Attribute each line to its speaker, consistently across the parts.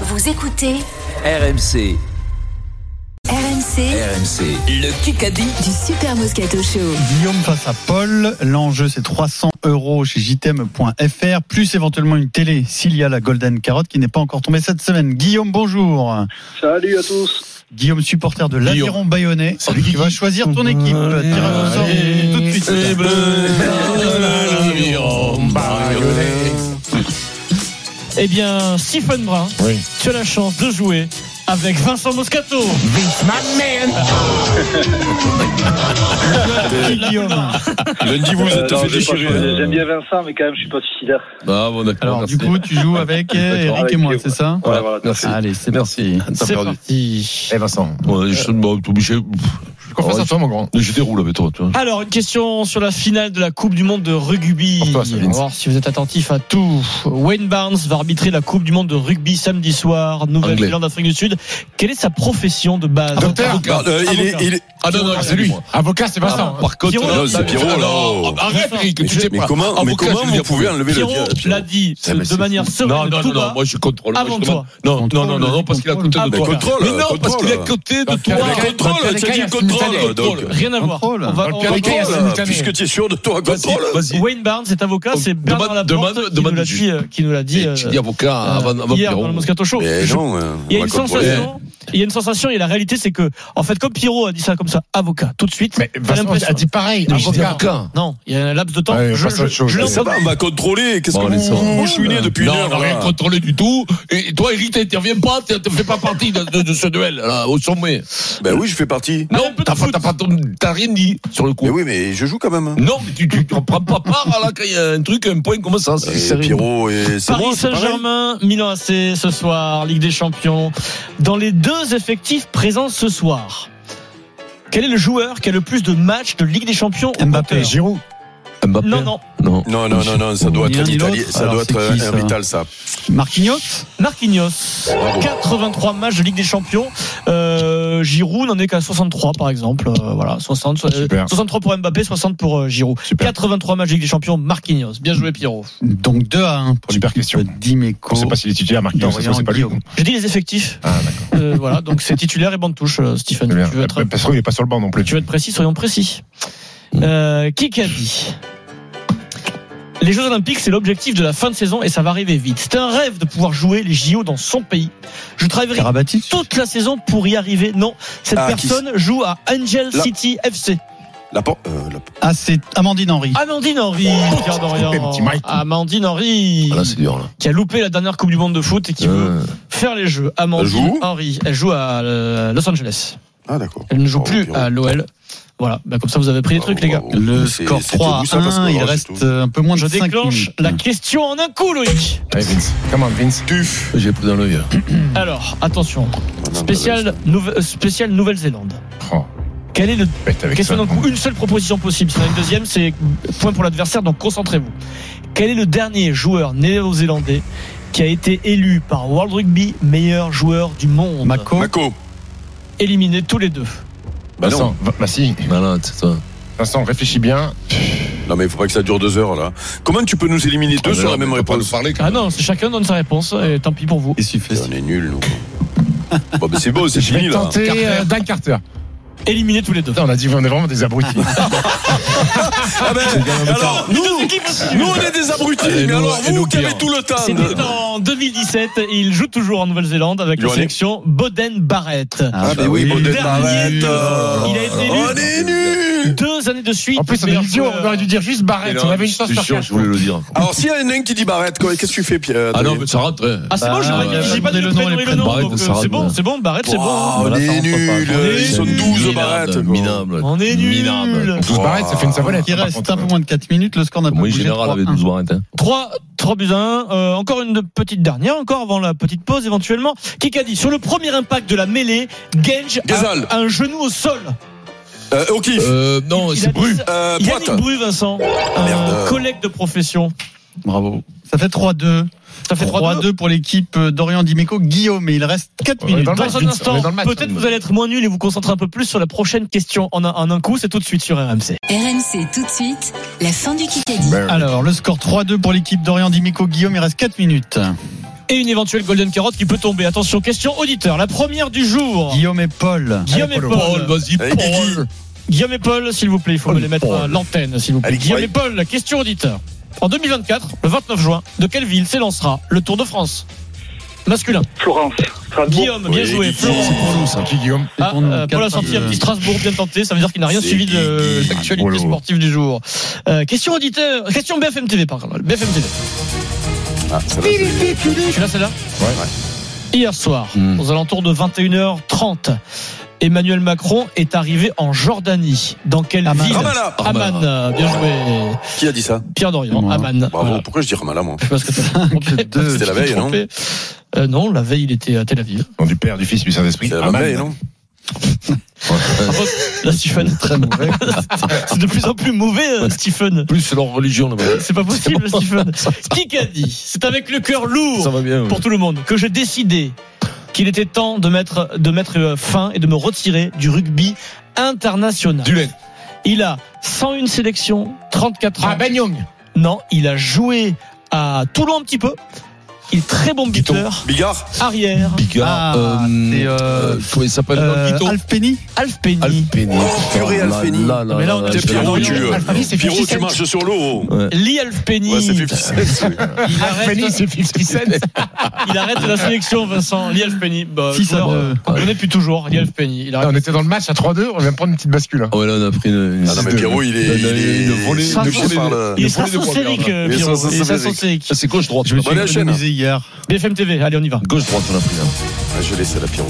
Speaker 1: Vous écoutez
Speaker 2: RMC,
Speaker 1: RMC
Speaker 2: RMC, le Kikadi.
Speaker 1: du Super Moscato Show.
Speaker 3: Guillaume face à Paul. L'enjeu, c'est 300 euros chez jtm.fr, plus éventuellement une télé s'il y a la Golden Carotte qui n'est pas encore tombée cette semaine. Guillaume, bonjour.
Speaker 4: Salut à tous.
Speaker 3: Guillaume, supporter de l'Aviron Bayonnais, celui qui va choisir ton équipe. Tirage au sort tout de suite.
Speaker 5: Eh bien, Stephen Brun, tu as la chance de jouer avec Vincent Moscato.
Speaker 3: Qui, Guillaume
Speaker 6: Lundi, vous vous
Speaker 4: Euh,
Speaker 6: êtes
Speaker 4: non,
Speaker 6: fait
Speaker 4: j'ai pas
Speaker 6: déchirer.
Speaker 4: choisi. J'aime bien Vincent, mais quand même, je suis pas suicidaire.
Speaker 6: Ah, bon, d'accord.
Speaker 3: Alors,
Speaker 6: merci.
Speaker 3: du coup, tu joues avec euh, Eric et moi, c'est ça
Speaker 4: Voilà, voilà.
Speaker 6: Merci.
Speaker 3: Allez, c'est parti.
Speaker 5: C'est parti.
Speaker 7: Eh Vincent,
Speaker 6: Ouais, je suis bon, t'es obligé. Ah
Speaker 7: je confesse à toi, mon grand.
Speaker 6: Mais Je déroule avec toi, tu vois.
Speaker 5: Alors, une question sur la finale de la Coupe du Monde de rugby.
Speaker 7: Pour toi,
Speaker 5: On
Speaker 7: Sabine.
Speaker 5: va voir si vous êtes attentif à tout. Wayne Barnes va arbitrer la Coupe du Monde de rugby samedi soir, Nouvelle-Zélande, Afrique du Sud. Quelle est sa profession de base
Speaker 7: Docteur
Speaker 6: Ah, euh, il est, il est... ah non, non, c'est lui.
Speaker 7: Avocat, c'est
Speaker 8: hein.
Speaker 7: Vincent.
Speaker 6: Par contre,
Speaker 5: Pierrot,
Speaker 6: non, c'est
Speaker 5: là,
Speaker 6: Pierrot, là. oh.
Speaker 7: Arrête, Eric, tu sais
Speaker 6: mais
Speaker 7: pas.
Speaker 6: comment, mais
Speaker 7: Avocat,
Speaker 6: comment
Speaker 7: je veux
Speaker 6: vous
Speaker 7: dire,
Speaker 6: pouvez enlever le
Speaker 5: Pierrot
Speaker 6: diable
Speaker 5: l'a dit
Speaker 7: Ça, mais
Speaker 5: de
Speaker 7: c'est
Speaker 5: manière
Speaker 6: Non,
Speaker 5: sereine,
Speaker 6: non,
Speaker 5: tout
Speaker 6: non, non,
Speaker 5: bas.
Speaker 6: moi je contrôle. moi,
Speaker 5: Avant
Speaker 6: je demande-
Speaker 5: toi.
Speaker 6: Non, non, non, non, non,
Speaker 3: Contrôle,
Speaker 6: parce qu'il a
Speaker 3: contrôle.
Speaker 6: contrôle de
Speaker 5: Avant
Speaker 6: toi.
Speaker 5: toi.
Speaker 6: Mais non, parce qu'il est à
Speaker 7: Contrôle.
Speaker 6: côté de
Speaker 7: Docteur
Speaker 6: toi.
Speaker 7: Lecaille,
Speaker 6: Contrôle, tu as dit
Speaker 7: Lecaille,
Speaker 6: contrôle.
Speaker 7: Lecaille,
Speaker 6: Donc,
Speaker 5: Rien à voir.
Speaker 3: Contrôle.
Speaker 5: On va- on va- euh,
Speaker 7: Lecaille, Lecaille,
Speaker 6: contrôle,
Speaker 7: simultané.
Speaker 6: puisque tu es sûr de toi,
Speaker 7: Vas-y,
Speaker 6: contrôle.
Speaker 7: vas-y.
Speaker 5: Wayne Barnes est avocat,
Speaker 6: Donc,
Speaker 5: c'est Bernard
Speaker 6: demande-
Speaker 5: Laporte
Speaker 6: demande-
Speaker 5: qui, nous
Speaker 6: demande
Speaker 5: l'a
Speaker 6: du-
Speaker 5: dit, euh, qui nous l'a dit.
Speaker 6: Mais Tu
Speaker 5: euh,
Speaker 6: dis avocat
Speaker 7: Ah, bah,
Speaker 6: avant avant
Speaker 5: hier dans
Speaker 6: Pierrot.
Speaker 5: le Moscato Show.
Speaker 6: Mais
Speaker 5: Je-
Speaker 6: non, euh,
Speaker 5: Il y
Speaker 6: on
Speaker 5: a une
Speaker 6: va contrôler.
Speaker 5: sensation. Il y a une sensation et la réalité c'est que, en fait, comme Pierrot a dit ça comme ça, avocat, tout de suite.
Speaker 7: Mais
Speaker 5: t'as
Speaker 7: Vincent
Speaker 5: l'impression-
Speaker 7: a dit pareil.
Speaker 5: Non, mais j'ai dit
Speaker 7: Avocat.
Speaker 6: Avocat.
Speaker 5: Non, il y a un laps de temps.
Speaker 7: Ouais, on
Speaker 5: je
Speaker 7: passe à
Speaker 5: je,
Speaker 7: autre chose.
Speaker 5: je l'ai
Speaker 6: Ça
Speaker 5: entendu.
Speaker 6: va, on va contrôler. Qu'est-ce
Speaker 7: Bon,
Speaker 6: qu'on
Speaker 7: allez, ça va.
Speaker 6: vous chouinez depuis une
Speaker 8: Non,
Speaker 6: heure
Speaker 8: on n'a rien
Speaker 6: là
Speaker 8: contrôlé du tout. Et toi, Eric, t'interviens pas, t'es- tu ne fais pas partie de, de- de ce duel là, au sommet.
Speaker 6: Ben oui, je fais partie.
Speaker 5: Allez,
Speaker 8: Non,
Speaker 5: un peu de
Speaker 8: t'as pas-
Speaker 5: foot.
Speaker 8: t'as pas ton- t'as rien dit sur le coup.
Speaker 6: Mais oui, mais je joue quand même.
Speaker 8: Non, mais tu ne prends pas part à la quand il y a un truc, un point comme ça. c'est-
Speaker 6: Et
Speaker 8: c'est-
Speaker 6: Pierrot et c'est
Speaker 5: Paris
Speaker 6: moi, c'est pareil.
Speaker 5: Saint-Germain, Milan AC ce soir, Ligue des Champions. Dans les deux effectifs présents ce soir, quel est le joueur qui a le plus de matchs de Ligue des Champions au
Speaker 3: Mbappé.
Speaker 5: compteur
Speaker 3: Giroud.
Speaker 8: Mbappé.
Speaker 5: hein. Non, non.
Speaker 8: Non.
Speaker 6: Non, non, non, non, ça doit
Speaker 3: Ni
Speaker 6: être
Speaker 3: l'un ni
Speaker 6: l'Italie.
Speaker 3: l'autre.
Speaker 6: Ça
Speaker 3: Alors,
Speaker 6: doit
Speaker 3: c'est
Speaker 6: être
Speaker 3: qui,
Speaker 6: un
Speaker 3: ça
Speaker 6: vital, ça.
Speaker 3: Marquinhos
Speaker 5: Marquinhos,
Speaker 6: Bravo.
Speaker 5: 83 matchs de Ligue des Champions. Euh, Giroud n'en est qu'à 63 par exemple. Euh, voilà, 60, so- euh,
Speaker 7: Super.
Speaker 5: 63 pour Mbappé, 60 pour euh, Giroud. 83 matchs de Ligue des Champions, Marquinhos. Bien joué Pierrot.
Speaker 3: Donc 2 à 1 pour
Speaker 7: Super
Speaker 3: l'équipe
Speaker 7: question.
Speaker 3: d'Imeco.
Speaker 7: On sait pas s'il est titulaire, Marc.
Speaker 3: Non,
Speaker 7: ça se trouve, C'est pas lui.
Speaker 3: Guillaume.
Speaker 5: Je dis les effectifs.
Speaker 7: Ah,
Speaker 5: Euh, voilà, donc c'est titulaire et banc de touche, euh, Stephen.
Speaker 7: Très bien.
Speaker 5: Tu veux, être,
Speaker 7: Parce qu'il est pas sur le banc non plus.
Speaker 5: tu veux être précis, soyons précis.
Speaker 7: Mm.
Speaker 5: Euh, qui qu'a dit les Jeux Olympiques, c'est l'objectif de la fin de saison et ça va arriver vite. C'est un rêve de pouvoir jouer les JO dans son pays. Je travaillerai
Speaker 3: Karabatic.
Speaker 5: toute la saison pour y arriver. Non, cette
Speaker 6: Ah,
Speaker 5: personne joue à Angel
Speaker 6: Là.
Speaker 5: City FC.
Speaker 6: La por- euh, la-
Speaker 3: Ah, c'est Amandine Henry.
Speaker 5: Amandine Henry,
Speaker 6: Oh,
Speaker 5: Pierre Dorian.
Speaker 7: coupé, petit Mike.
Speaker 5: Amandine Henry,
Speaker 8: Ah, là, c'est dur là.
Speaker 5: qui a loupé la dernière Coupe du Monde de foot et qui veut
Speaker 7: Euh,
Speaker 5: faire les jeux.
Speaker 6: Euh. Elle
Speaker 5: Amandine
Speaker 6: joue
Speaker 5: Henry, elle joue à euh, Los Angeles.
Speaker 6: Ah, d'accord.
Speaker 5: Elle ne joue
Speaker 6: Oh,
Speaker 5: plus
Speaker 6: Pierrot.
Speaker 5: à l'OL. Voilà, Bah, comme ça vous avez pris les
Speaker 6: Bravo,
Speaker 5: trucs, les gars.
Speaker 6: bravo.
Speaker 3: Le
Speaker 6: C'est-
Speaker 3: score
Speaker 6: c'était
Speaker 3: 3
Speaker 6: vous, ça,
Speaker 3: à
Speaker 6: parce que
Speaker 3: 1, il
Speaker 8: oh,
Speaker 6: voilà,
Speaker 3: reste
Speaker 6: c'est tout.
Speaker 3: euh, un peu moins
Speaker 5: Je
Speaker 3: de 5
Speaker 5: déclenche
Speaker 3: minutes.
Speaker 5: la
Speaker 8: Mmh.
Speaker 5: question en un coup, Loïc.
Speaker 7: Allez, Vince. Comment, Vince
Speaker 6: Tuf.
Speaker 8: J'ai pris dans l'œil.
Speaker 5: Alors, attention.
Speaker 6: Ah, non, bah,
Speaker 5: Spécial, Nouve- euh, spécial Nouvelle-Zélande.
Speaker 7: Oh,
Speaker 5: Quel est le
Speaker 7: bête avec
Speaker 5: Question
Speaker 7: ça.
Speaker 5: d'un coup, une seule proposition possible. Si on a une deuxième, c'est point pour l'adversaire, donc concentrez-vous. Quel est le dernier joueur néo-zélandais qui a été élu par World Rugby meilleur joueur du monde
Speaker 3: Mako.
Speaker 6: Mako.
Speaker 5: Éliminés tous les deux.
Speaker 6: Bah non.
Speaker 7: Vincent, bah si.
Speaker 8: Malade, toi.
Speaker 7: Vincent, réfléchis bien.
Speaker 6: Non, mais il faut pas que ça dure deux heures, là. Comment tu peux nous éliminer deux sur la même réponse
Speaker 5: Ah non, c'est chacun donne sa réponse, et tant pis pour vous.
Speaker 3: Et suffit.
Speaker 6: On est nuls, nous. Bon, mais c'est beau, c'est
Speaker 7: Je
Speaker 6: fini,
Speaker 7: vais
Speaker 6: là.
Speaker 7: tenter euh, Dan Carter.
Speaker 5: Éliminés tous les deux.
Speaker 7: Putain, On a dit, on est vraiment des abrutis.
Speaker 6: Ah ben, alors, nous, nous, on est des abrutis,
Speaker 8: Allez,
Speaker 6: mais
Speaker 8: nous,
Speaker 6: alors
Speaker 8: et
Speaker 6: vous
Speaker 8: nous
Speaker 6: qui
Speaker 8: pire.
Speaker 6: avez tout le temps.
Speaker 7: Euh.
Speaker 5: C'était
Speaker 6: de-
Speaker 5: en 2017 et il joue toujours en Nouvelle-Zélande avec
Speaker 6: Il
Speaker 5: la
Speaker 6: en est-
Speaker 5: sélection Boden Barrett.
Speaker 6: Ah, ben oui, bon,
Speaker 5: Dernier,
Speaker 6: des barrettes. euh,
Speaker 5: il a été élu.
Speaker 6: On est nuls.
Speaker 5: Deux années de suite.
Speaker 7: En plus, on est
Speaker 5: meilleur
Speaker 7: idiot.
Speaker 5: joueur.
Speaker 7: On aurait dû dire juste
Speaker 5: Ah,
Speaker 7: Barrett. On avait une chance
Speaker 8: Je
Speaker 7: sur
Speaker 8: suis sûr, je
Speaker 7: quatre.
Speaker 8: voulais le dire.
Speaker 6: Alors, s'il y en a un qui dit barrette, quoi, qu'est-ce que tu fais, Pierre
Speaker 8: Ah non, mais ça rentre. hein.
Speaker 5: Ah c'est bon,
Speaker 3: Bah,
Speaker 5: j'aurais dit- j'ai pas
Speaker 3: donnez
Speaker 5: dit le
Speaker 3: le nom
Speaker 5: prénom
Speaker 3: et
Speaker 5: et
Speaker 3: le
Speaker 5: le
Speaker 3: prénom,
Speaker 5: nom.
Speaker 8: Barrett,
Speaker 5: donc,
Speaker 8: ça
Speaker 5: euh,
Speaker 8: rentre,
Speaker 5: C'est bon,
Speaker 8: là.
Speaker 5: c'est bon, Barrett, c'est
Speaker 6: Ouah,
Speaker 5: bon.
Speaker 6: on
Speaker 3: Voilà, ça
Speaker 6: est
Speaker 3: rentre pas.
Speaker 6: nuls.
Speaker 3: On est
Speaker 6: Ils sont
Speaker 5: nuls.
Speaker 6: 12
Speaker 8: Minable,
Speaker 6: barrettes. quoi.
Speaker 8: Minable.
Speaker 5: On est
Speaker 8: Minable.
Speaker 5: nuls.
Speaker 7: 12 Barrett, ça fait une
Speaker 8: Bah,
Speaker 7: savonnette. hein,
Speaker 3: Il
Speaker 7: par
Speaker 3: reste
Speaker 7: contre. euh,
Speaker 3: un peu moins de 4 minutes. Le score n'a pas
Speaker 8: Moi,
Speaker 3: bougé.
Speaker 8: général
Speaker 3: 3-1.
Speaker 8: avait 12 barrettes. hein.
Speaker 5: 3, 3 buts à 1. Euh, encore une petite dernière, encore avant la petite pause éventuellement. Qui a dit Sur le premier impact de la mêlée, Genge
Speaker 6: Ghezal.
Speaker 5: a un genou au sol.
Speaker 6: Euh, Au kiff.
Speaker 8: Euh, non,
Speaker 5: Il a
Speaker 8: c'est
Speaker 5: dit
Speaker 8: Bru.
Speaker 5: ça-
Speaker 6: Euh,
Speaker 5: Yannick
Speaker 6: Poite.
Speaker 5: Bru, Vincent, un
Speaker 6: Ah, merde.
Speaker 5: collègue de profession.
Speaker 3: Bravo. Ça fait 3-2.
Speaker 5: Ça fait 3 2
Speaker 3: 3-2 pour l'équipe d'Orient d'Imeco. Guillaume, et il reste 4
Speaker 7: On est dans
Speaker 3: minutes.
Speaker 7: le
Speaker 5: Dans
Speaker 7: match,
Speaker 5: un
Speaker 7: Vince, on
Speaker 5: instant,
Speaker 7: est dans le match.
Speaker 5: peut-être vous allez être moins nul et vous concentrer un peu plus sur la prochaine question en un, en un coup. C'est tout de suite sur RMC.
Speaker 1: RMC tout de suite, la fin du Kikadi.
Speaker 7: Ben,
Speaker 3: Alors, le score 3-2 pour l'équipe d'Orient d'Imeco. Guillaume, il reste 4 minutes.
Speaker 5: et une éventuelle Golden Carotte qui peut tomber. Attention, question auditeur. La première du jour.
Speaker 3: Guillaume et Paul.
Speaker 5: Guillaume et
Speaker 8: Paul,
Speaker 5: Paul.
Speaker 8: vas-y,
Speaker 6: Allez, Guigui.
Speaker 8: Paul.
Speaker 5: Guillaume et Paul, s'il vous plaît, il faut me les mettre à l'antenne, s'il vous plaît.
Speaker 6: Allez,
Speaker 5: Guillaume
Speaker 6: Paul.
Speaker 5: et Paul, la question auditeur. En 2024, le 29 juin, de quelle ville s'élancera le Tour de France Masculin.
Speaker 4: Florence, Strasbourg.
Speaker 5: Guillaume, bien
Speaker 6: Oui,
Speaker 5: joué.
Speaker 6: Guigui.
Speaker 5: Florent.
Speaker 7: C'est pour nous, ça. Qui, Guillaume
Speaker 5: Ah,
Speaker 3: Pour nous,
Speaker 5: euh, Paul a sorti un
Speaker 3: quatre-
Speaker 5: petit Strasbourg bien tenté, ça veut dire qu'il n'a rien
Speaker 6: C'est
Speaker 5: suivi de
Speaker 6: Guigui.
Speaker 5: l'actualité
Speaker 7: Polo.
Speaker 5: sportive du jour. Euh, question auditeur, question BFM TV par contre. BFM TV.
Speaker 6: Ah, ça va, c'est-
Speaker 5: Je suis là, celle-là
Speaker 7: Ouais.
Speaker 5: Hier soir,
Speaker 8: Hmm.
Speaker 5: aux alentours de 21h30, Emmanuel Macron est arrivé en Jordanie. Dans quelle
Speaker 3: Amman.
Speaker 5: ville
Speaker 6: Ramallah.
Speaker 5: Amman. euh, Bien joué,
Speaker 6: Qui a dit ça
Speaker 5: Pierre Dorian.
Speaker 3: Moi.
Speaker 5: Amman.
Speaker 6: Bravo,
Speaker 5: Voilà.
Speaker 6: pourquoi je dis Ramallah, moi
Speaker 5: Je sais pas ce que t'as
Speaker 3: deux.
Speaker 5: trompé. Parce que tu
Speaker 6: C'était la
Speaker 5: t'es
Speaker 6: veille, non
Speaker 5: trompé. Euh, Non, la veille, il était à Tel Aviv.
Speaker 7: Nom du Père, du Fils, du Saint-Esprit.
Speaker 6: C'est la
Speaker 7: Amen.
Speaker 6: veille, non
Speaker 5: Par contre, Là, Stephen,
Speaker 3: Très mauvais.
Speaker 5: c'est de plus en plus mauvais, euh, Stephen.
Speaker 8: Plus leur religion là-bas.
Speaker 5: C'est pas possible, Stephen. Qui a dit C'est avec le cœur lourd
Speaker 8: Ça va bien. ouais.
Speaker 5: pour tout le monde que j'ai décidé qu'il était temps de mettre, de mettre euh, fin et de me retirer du rugby international.
Speaker 8: Du lait.
Speaker 5: Il a 101 sélections, 34 ans.
Speaker 7: Ah, Ben Young.
Speaker 5: Non, il a joué à Toulon un petit peu. Il est très bon buteur,
Speaker 6: Bigard
Speaker 5: arrière.
Speaker 8: Bigard.
Speaker 3: Ah,
Speaker 8: euh,
Speaker 3: c'est, euh,
Speaker 8: euh, Comment il s'appelle
Speaker 3: Euh,
Speaker 8: Guito.
Speaker 3: Alf Penny
Speaker 5: Alf Penny.
Speaker 8: Alpeni.
Speaker 6: Oh, purée, Alpeni.
Speaker 5: Mais là, on a-
Speaker 6: T'es
Speaker 5: je-
Speaker 6: Pierrot,
Speaker 5: je-
Speaker 6: tu
Speaker 5: je-
Speaker 6: euh,
Speaker 7: Alphabet, c'est
Speaker 6: Pierrot,
Speaker 7: 50
Speaker 6: tu
Speaker 7: cents.
Speaker 6: marches sur l'eau. oh.
Speaker 5: Lee Alf Penny.
Speaker 6: Ouais, c'est 50 cents, oui.
Speaker 5: il,
Speaker 7: Ah, Penny,
Speaker 5: arrête,
Speaker 7: c'est 50 Cent.
Speaker 5: il arrête la sélection, Vincent. Lee Alf Penny. Bah,
Speaker 3: Si, ça
Speaker 5: joueur,
Speaker 3: me-
Speaker 5: euh, qu'on connaît plus toujours. Lee Alf Penny. Il
Speaker 7: Ah,
Speaker 5: arrête.
Speaker 7: On était dans le match à 3-2, on vient de prendre une petite bascule. hein.
Speaker 8: Ah ouais, là, on a pris une. une-
Speaker 6: Ah non, mais Pierrot, il est.
Speaker 8: Il a-
Speaker 6: Il est.
Speaker 8: il a volé-
Speaker 6: de quoi
Speaker 8: il a-
Speaker 6: parle
Speaker 5: Il est
Speaker 8: le premier de
Speaker 5: sensorique,
Speaker 8: Boisvert,
Speaker 5: euh,
Speaker 6: Il est
Speaker 5: Pierrot. Il est
Speaker 6: sensorique.
Speaker 5: sensorique.
Speaker 8: Ah, C'est gauche-droite.
Speaker 3: Je me suis
Speaker 6: Voilà la chaîne.
Speaker 3: économisé hier.
Speaker 5: BFM TV. Allez, on y va.
Speaker 8: Gauche-droite, on a pris là.
Speaker 6: Ah, Je laisse à la Pierrot.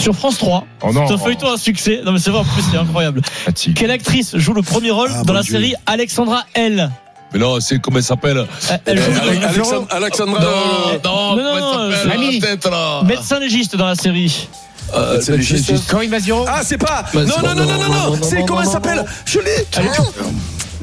Speaker 5: Sur France 3,
Speaker 7: Oh non.
Speaker 5: c'est un feuilleton à succès. Non, mais c'est vrai, en plus, c'est incroyable.
Speaker 6: Oh,
Speaker 7: Fatigue.
Speaker 5: Quelle actrice joue le premier rôle
Speaker 6: Ah,
Speaker 5: dans
Speaker 6: mon
Speaker 5: la
Speaker 6: Dieu.
Speaker 5: série Alexandra L
Speaker 8: Mais non, c'est comment elle s'appelle
Speaker 5: Euh, Elle joue
Speaker 6: Eh,
Speaker 5: dans-
Speaker 6: Alexandre- Alexandra. euh,
Speaker 8: non,
Speaker 5: non,
Speaker 8: comment elle
Speaker 5: c'est-
Speaker 8: s'appelle
Speaker 7: Mamie.
Speaker 8: la tête là
Speaker 5: médecin légiste dans la série.
Speaker 8: Euh,
Speaker 6: C'est le
Speaker 8: médecin-
Speaker 6: légiste.
Speaker 7: Corinne Maziro
Speaker 6: Ah, c'est pas.
Speaker 8: Bah,
Speaker 6: Non,
Speaker 8: c'est
Speaker 6: non,
Speaker 8: pas-
Speaker 6: non, non,
Speaker 8: non,
Speaker 6: non,
Speaker 8: non,
Speaker 6: non. C'est
Speaker 8: non,
Speaker 6: comment elle
Speaker 8: non,
Speaker 6: s'appelle Je l'ai.
Speaker 5: Elle est-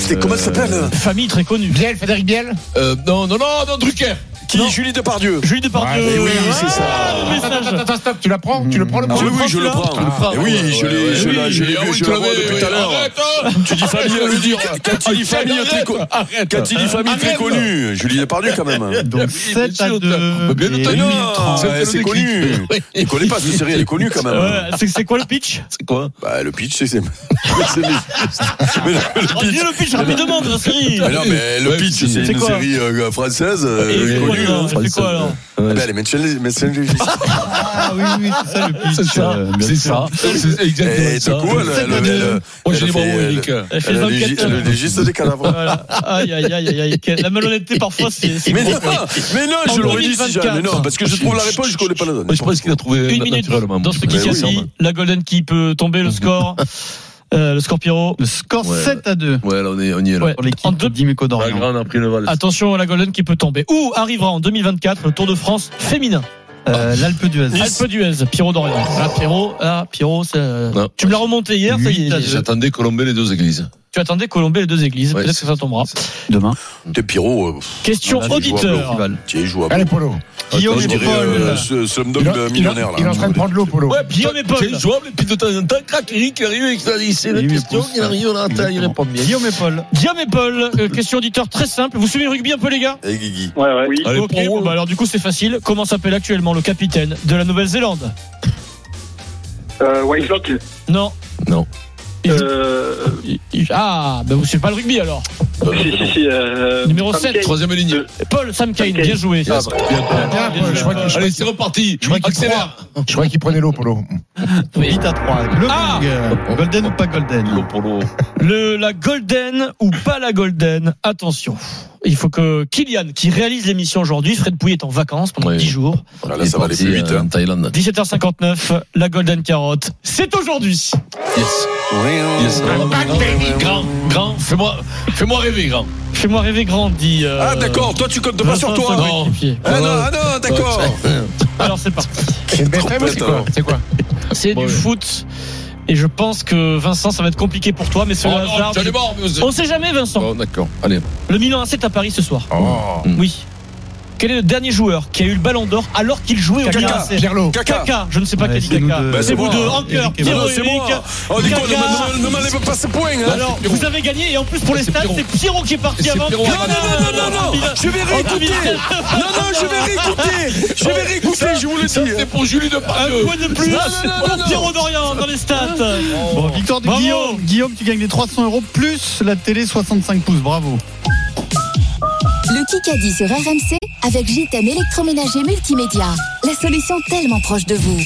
Speaker 6: C'était comment elle s'appelle
Speaker 5: Famille très connue.
Speaker 7: Biel, Frédéric Biel
Speaker 8: Euh, non, non, non, non, Drucker.
Speaker 6: Qui
Speaker 5: Non.
Speaker 6: Julie Depardieu.
Speaker 5: Julie Depardieu.
Speaker 7: Ouais, mais
Speaker 6: oui,
Speaker 5: Ah,
Speaker 6: c'est ça.
Speaker 5: le
Speaker 7: Attends,
Speaker 5: message.
Speaker 7: attends, attends, stop, tu la prends Tu le prends le
Speaker 6: Ah
Speaker 7: point
Speaker 6: oui, oui, je le
Speaker 5: prends,
Speaker 6: prends.
Speaker 5: tu le prends.
Speaker 6: Eh oui, je l'ai, je l'ai, je l'ai
Speaker 8: Ah
Speaker 6: vu,
Speaker 8: oui,
Speaker 6: je
Speaker 8: tu
Speaker 6: la
Speaker 8: l'avais,
Speaker 6: vois depuis
Speaker 8: oui,
Speaker 6: tout à l'heure.
Speaker 8: Arrête hein.
Speaker 6: Tu dis famille,
Speaker 8: Arrête,
Speaker 6: je dire.
Speaker 8: arrête,
Speaker 6: Quand tu dis famille très co-
Speaker 8: Arrête
Speaker 6: quand tu dis famille très
Speaker 8: Arrête.
Speaker 6: connue, Julie Depardieu quand même.
Speaker 3: Donc
Speaker 8: oui,
Speaker 3: 7
Speaker 8: bien
Speaker 3: à
Speaker 8: sûr,
Speaker 3: 2.
Speaker 8: t'as- bien
Speaker 3: Et
Speaker 8: entendu.
Speaker 6: Non,
Speaker 3: 2030.
Speaker 6: c'est c'est connu. Tu connais pas cette série, elle est connue quand même.
Speaker 5: Ouais, c'est- c'est quoi le pitch
Speaker 8: C'est quoi
Speaker 6: Bah, le pitch, c'est. c'est- c'est- Mais le-
Speaker 5: Oh,
Speaker 6: le pitch-
Speaker 5: Dis le pitch rapidement de la série.
Speaker 6: Mais Ah non, mais le
Speaker 8: Ouais,
Speaker 6: pitch, c'est
Speaker 5: c'est
Speaker 6: une
Speaker 5: quoi
Speaker 6: série euh, française
Speaker 5: Et
Speaker 6: euh,
Speaker 5: c'est quoi,
Speaker 6: connue.
Speaker 5: alors
Speaker 6: hein.
Speaker 5: C'est quoi alors
Speaker 6: Eh ben, Les médecins médecins légistes.
Speaker 3: Ah oui, oui, c'est ça le pitch.
Speaker 8: C'est ça,
Speaker 3: euh, bien
Speaker 8: c'est
Speaker 3: sûr.
Speaker 8: ça. C'est
Speaker 6: Et de
Speaker 8: exactement
Speaker 6: quoi,
Speaker 8: ça.
Speaker 6: Eh, le- le- le-
Speaker 8: Moi, j'ai
Speaker 6: elle
Speaker 8: les
Speaker 6: a
Speaker 8: bras
Speaker 6: fait, euh,
Speaker 8: Eric.
Speaker 5: Elle fait
Speaker 6: Elle a
Speaker 5: 24
Speaker 6: légi-
Speaker 5: heures.
Speaker 6: Le légiste des cadavres.
Speaker 5: Voilà. Aïe, aïe, aïe, aïe, aïe. Quelle- La malhonnêteté parfois, c'est. c'est
Speaker 6: Mais non,
Speaker 5: compliqué.
Speaker 6: mais non,
Speaker 5: En
Speaker 6: je l'aurais dit si
Speaker 5: 2024.
Speaker 6: jamais. Non, parce que je trouve la réponse, je connais pas la donne.
Speaker 8: Moi, je pense qu'il a trouvé
Speaker 5: Une minute
Speaker 8: naturellement.
Speaker 5: dans ce
Speaker 8: Mais
Speaker 5: qui
Speaker 8: oui,
Speaker 5: casse. La Golden qui peut tomber le score. Euh, Le score Pierrot.
Speaker 3: Le score
Speaker 8: Ouais.
Speaker 3: 7 à 2
Speaker 8: Ouais, là, on est- on y est là.
Speaker 5: Ouais. Ah,
Speaker 3: pour
Speaker 5: En
Speaker 3: l'équipe
Speaker 5: deux-
Speaker 3: de Dimeco
Speaker 8: La
Speaker 3: d'Orient.
Speaker 8: grande a pris le Val.
Speaker 5: Attention à la Golden qui peut tomber. Où arrivera en 2024 le Tour de France féminin
Speaker 3: Euh, L'Alpe d'Huez.
Speaker 5: Alpe d'Huez, Pierrot Dorian. Ah, Pierrot, ah, Pierrot, ça-
Speaker 8: Non.
Speaker 5: tu me l'as remonté hier, ça y est.
Speaker 8: J'attendais Colombé les deux églises.
Speaker 5: Tu attendais Colombé les deux églises,
Speaker 8: Ouais,
Speaker 5: peut-être que ça tombera.
Speaker 3: Demain.
Speaker 6: T'es Pierrot, euh, pff,
Speaker 5: Question
Speaker 6: Voilà, les
Speaker 5: auditeur.
Speaker 6: joueurs tu es jouable.
Speaker 7: Allez, Polo.
Speaker 3: Guillaume
Speaker 6: je
Speaker 3: et
Speaker 6: dirais
Speaker 3: Paul.
Speaker 6: euh, ce- ce
Speaker 7: Il,
Speaker 6: Sumdog
Speaker 7: en-
Speaker 6: de
Speaker 7: il en-
Speaker 6: millionnaire là.
Speaker 7: il est en train de prendre l'eau, Polo.
Speaker 8: Ouais,
Speaker 5: Guillaume et Paul.
Speaker 8: C'est jouable, et puis de temps en temps, crac, Eric, il arrive et il dit c'est la
Speaker 3: Et il
Speaker 8: question,
Speaker 3: répond.
Speaker 8: il arrive là, attends, il répond bien.
Speaker 3: Guillaume et Paul.
Speaker 5: Guillaume et Paul, euh, question auditeur très simple. Vous suivez le rugby un peu, les gars
Speaker 6: Eh, Guigui.
Speaker 4: Ouais, ouais.
Speaker 8: Allez,
Speaker 5: Ok,
Speaker 8: pour
Speaker 5: bon,
Speaker 8: vous.
Speaker 5: bah alors du coup, c'est facile. Comment s'appelle actuellement le capitaine de la Nouvelle-Zélande
Speaker 4: Euh, Whitelock.
Speaker 5: Non.
Speaker 8: Non.
Speaker 4: Euh,
Speaker 5: Il- il- Ah, bah vous suivez pas le rugby alors.
Speaker 4: si, si, si. Euh,
Speaker 5: Numéro
Speaker 4: Sam
Speaker 5: sept,
Speaker 4: Kane.
Speaker 8: Troisième ligne.
Speaker 5: Paul Sam Kane,
Speaker 4: Sam Kane.
Speaker 5: bien joué.
Speaker 8: Yes, bien, bien.
Speaker 7: Ah,
Speaker 5: bien joué,
Speaker 7: je crois qu'il-
Speaker 5: Paul.
Speaker 7: je crois
Speaker 8: Allez, c'est reparti.
Speaker 7: Je crois qu'il
Speaker 8: Accélère.
Speaker 7: Je croyais qu'il prenait l'eau, Polo.
Speaker 5: Oui.
Speaker 3: 8 à 3. Le
Speaker 5: Ah
Speaker 3: ring. Golden ou pas golden
Speaker 8: Polo.
Speaker 5: Le, la Golden ou pas la Golden, attention. Il faut que Kylian, qui réalise l'émission aujourd'hui, Fred Pouille est en vacances pendant
Speaker 8: Oui.
Speaker 5: 10 jours.
Speaker 6: Voilà, Oh là, ça va aller plus vite.
Speaker 8: En
Speaker 6: hein.
Speaker 8: Thaïlande.
Speaker 5: 17h59, la Golden Carotte, c'est aujourd'hui.
Speaker 8: Yes.
Speaker 7: euh,
Speaker 8: Yes.
Speaker 5: Grand, grand,
Speaker 8: Fais-moi fais-moi rêver, grand.
Speaker 5: fais-moi rêver grand, dit. euh,
Speaker 6: Ah, d'accord, toi, tu comptes pas
Speaker 5: Vincent,
Speaker 6: sur
Speaker 5: son
Speaker 6: toi.
Speaker 5: coéquipier.
Speaker 6: Ah non, ah non, d'accord.
Speaker 5: Alors c'est parti.
Speaker 7: C'est une BFM ou c'est quoi
Speaker 6: hein.
Speaker 7: C'est quoi
Speaker 5: C'est
Speaker 8: Bon,
Speaker 5: du
Speaker 8: ouais.
Speaker 5: foot. Et je pense que Vincent, ça va être compliqué pour toi, mais
Speaker 8: Oh
Speaker 5: c'est le
Speaker 8: non,
Speaker 5: hasard.
Speaker 8: j'allais mort, mais
Speaker 5: On sait jamais, Vincent.
Speaker 8: Bon, d'accord. Allez.
Speaker 5: Le Milan AC est à Paris ce soir.
Speaker 7: Oh
Speaker 5: Oui. Quel est le dernier joueur qui a eu le ballon d'or alors qu'il jouait au
Speaker 7: Caca,
Speaker 5: Milan AC?
Speaker 7: Gerlo.
Speaker 6: Caca.
Speaker 5: Caca, je ne sais pas
Speaker 3: Ouais,
Speaker 5: quel
Speaker 3: c'est
Speaker 5: dit
Speaker 3: nous
Speaker 5: Caca.
Speaker 3: deux.
Speaker 6: Bah,
Speaker 5: c'est
Speaker 6: c'est
Speaker 5: vous
Speaker 6: moi.
Speaker 5: deux, Anker,
Speaker 3: Eric et
Speaker 5: Pierrot
Speaker 6: Non,
Speaker 5: et
Speaker 6: c'est
Speaker 5: Eric.
Speaker 6: moi. Oh, Nico, ne
Speaker 5: Caca.
Speaker 6: me- ne m'enlève pas ce point. hein.
Speaker 5: Alors, vous avez gagné et en plus pour les
Speaker 8: C'est
Speaker 5: stats,
Speaker 8: Pierrot.
Speaker 5: c'est Pierrot qui est parti
Speaker 8: C'est
Speaker 5: avant.
Speaker 8: Pierrot.
Speaker 6: Non, non, non, non, non, non, je vais
Speaker 5: En
Speaker 6: réécouter.
Speaker 5: 2007.
Speaker 6: Non, non, je vais réécouter. Je vais réécouter, je vous hein. le
Speaker 8: Ça,
Speaker 6: dis.
Speaker 8: c'est pour Julie Depardieu.
Speaker 5: Un point de plus
Speaker 8: Non, non, non, non,
Speaker 5: pour
Speaker 8: non.
Speaker 5: Pierrot Dorian dans les stats.
Speaker 3: Bon, victoire de
Speaker 5: Bravo.
Speaker 3: Guillaume. Guillaume, tu gagnes les 300 euros plus la télé 65 pouces. Bravo.
Speaker 1: Le Kikadi sur RMC avec JTM électroménager multimédia. La solution tellement proche de vous.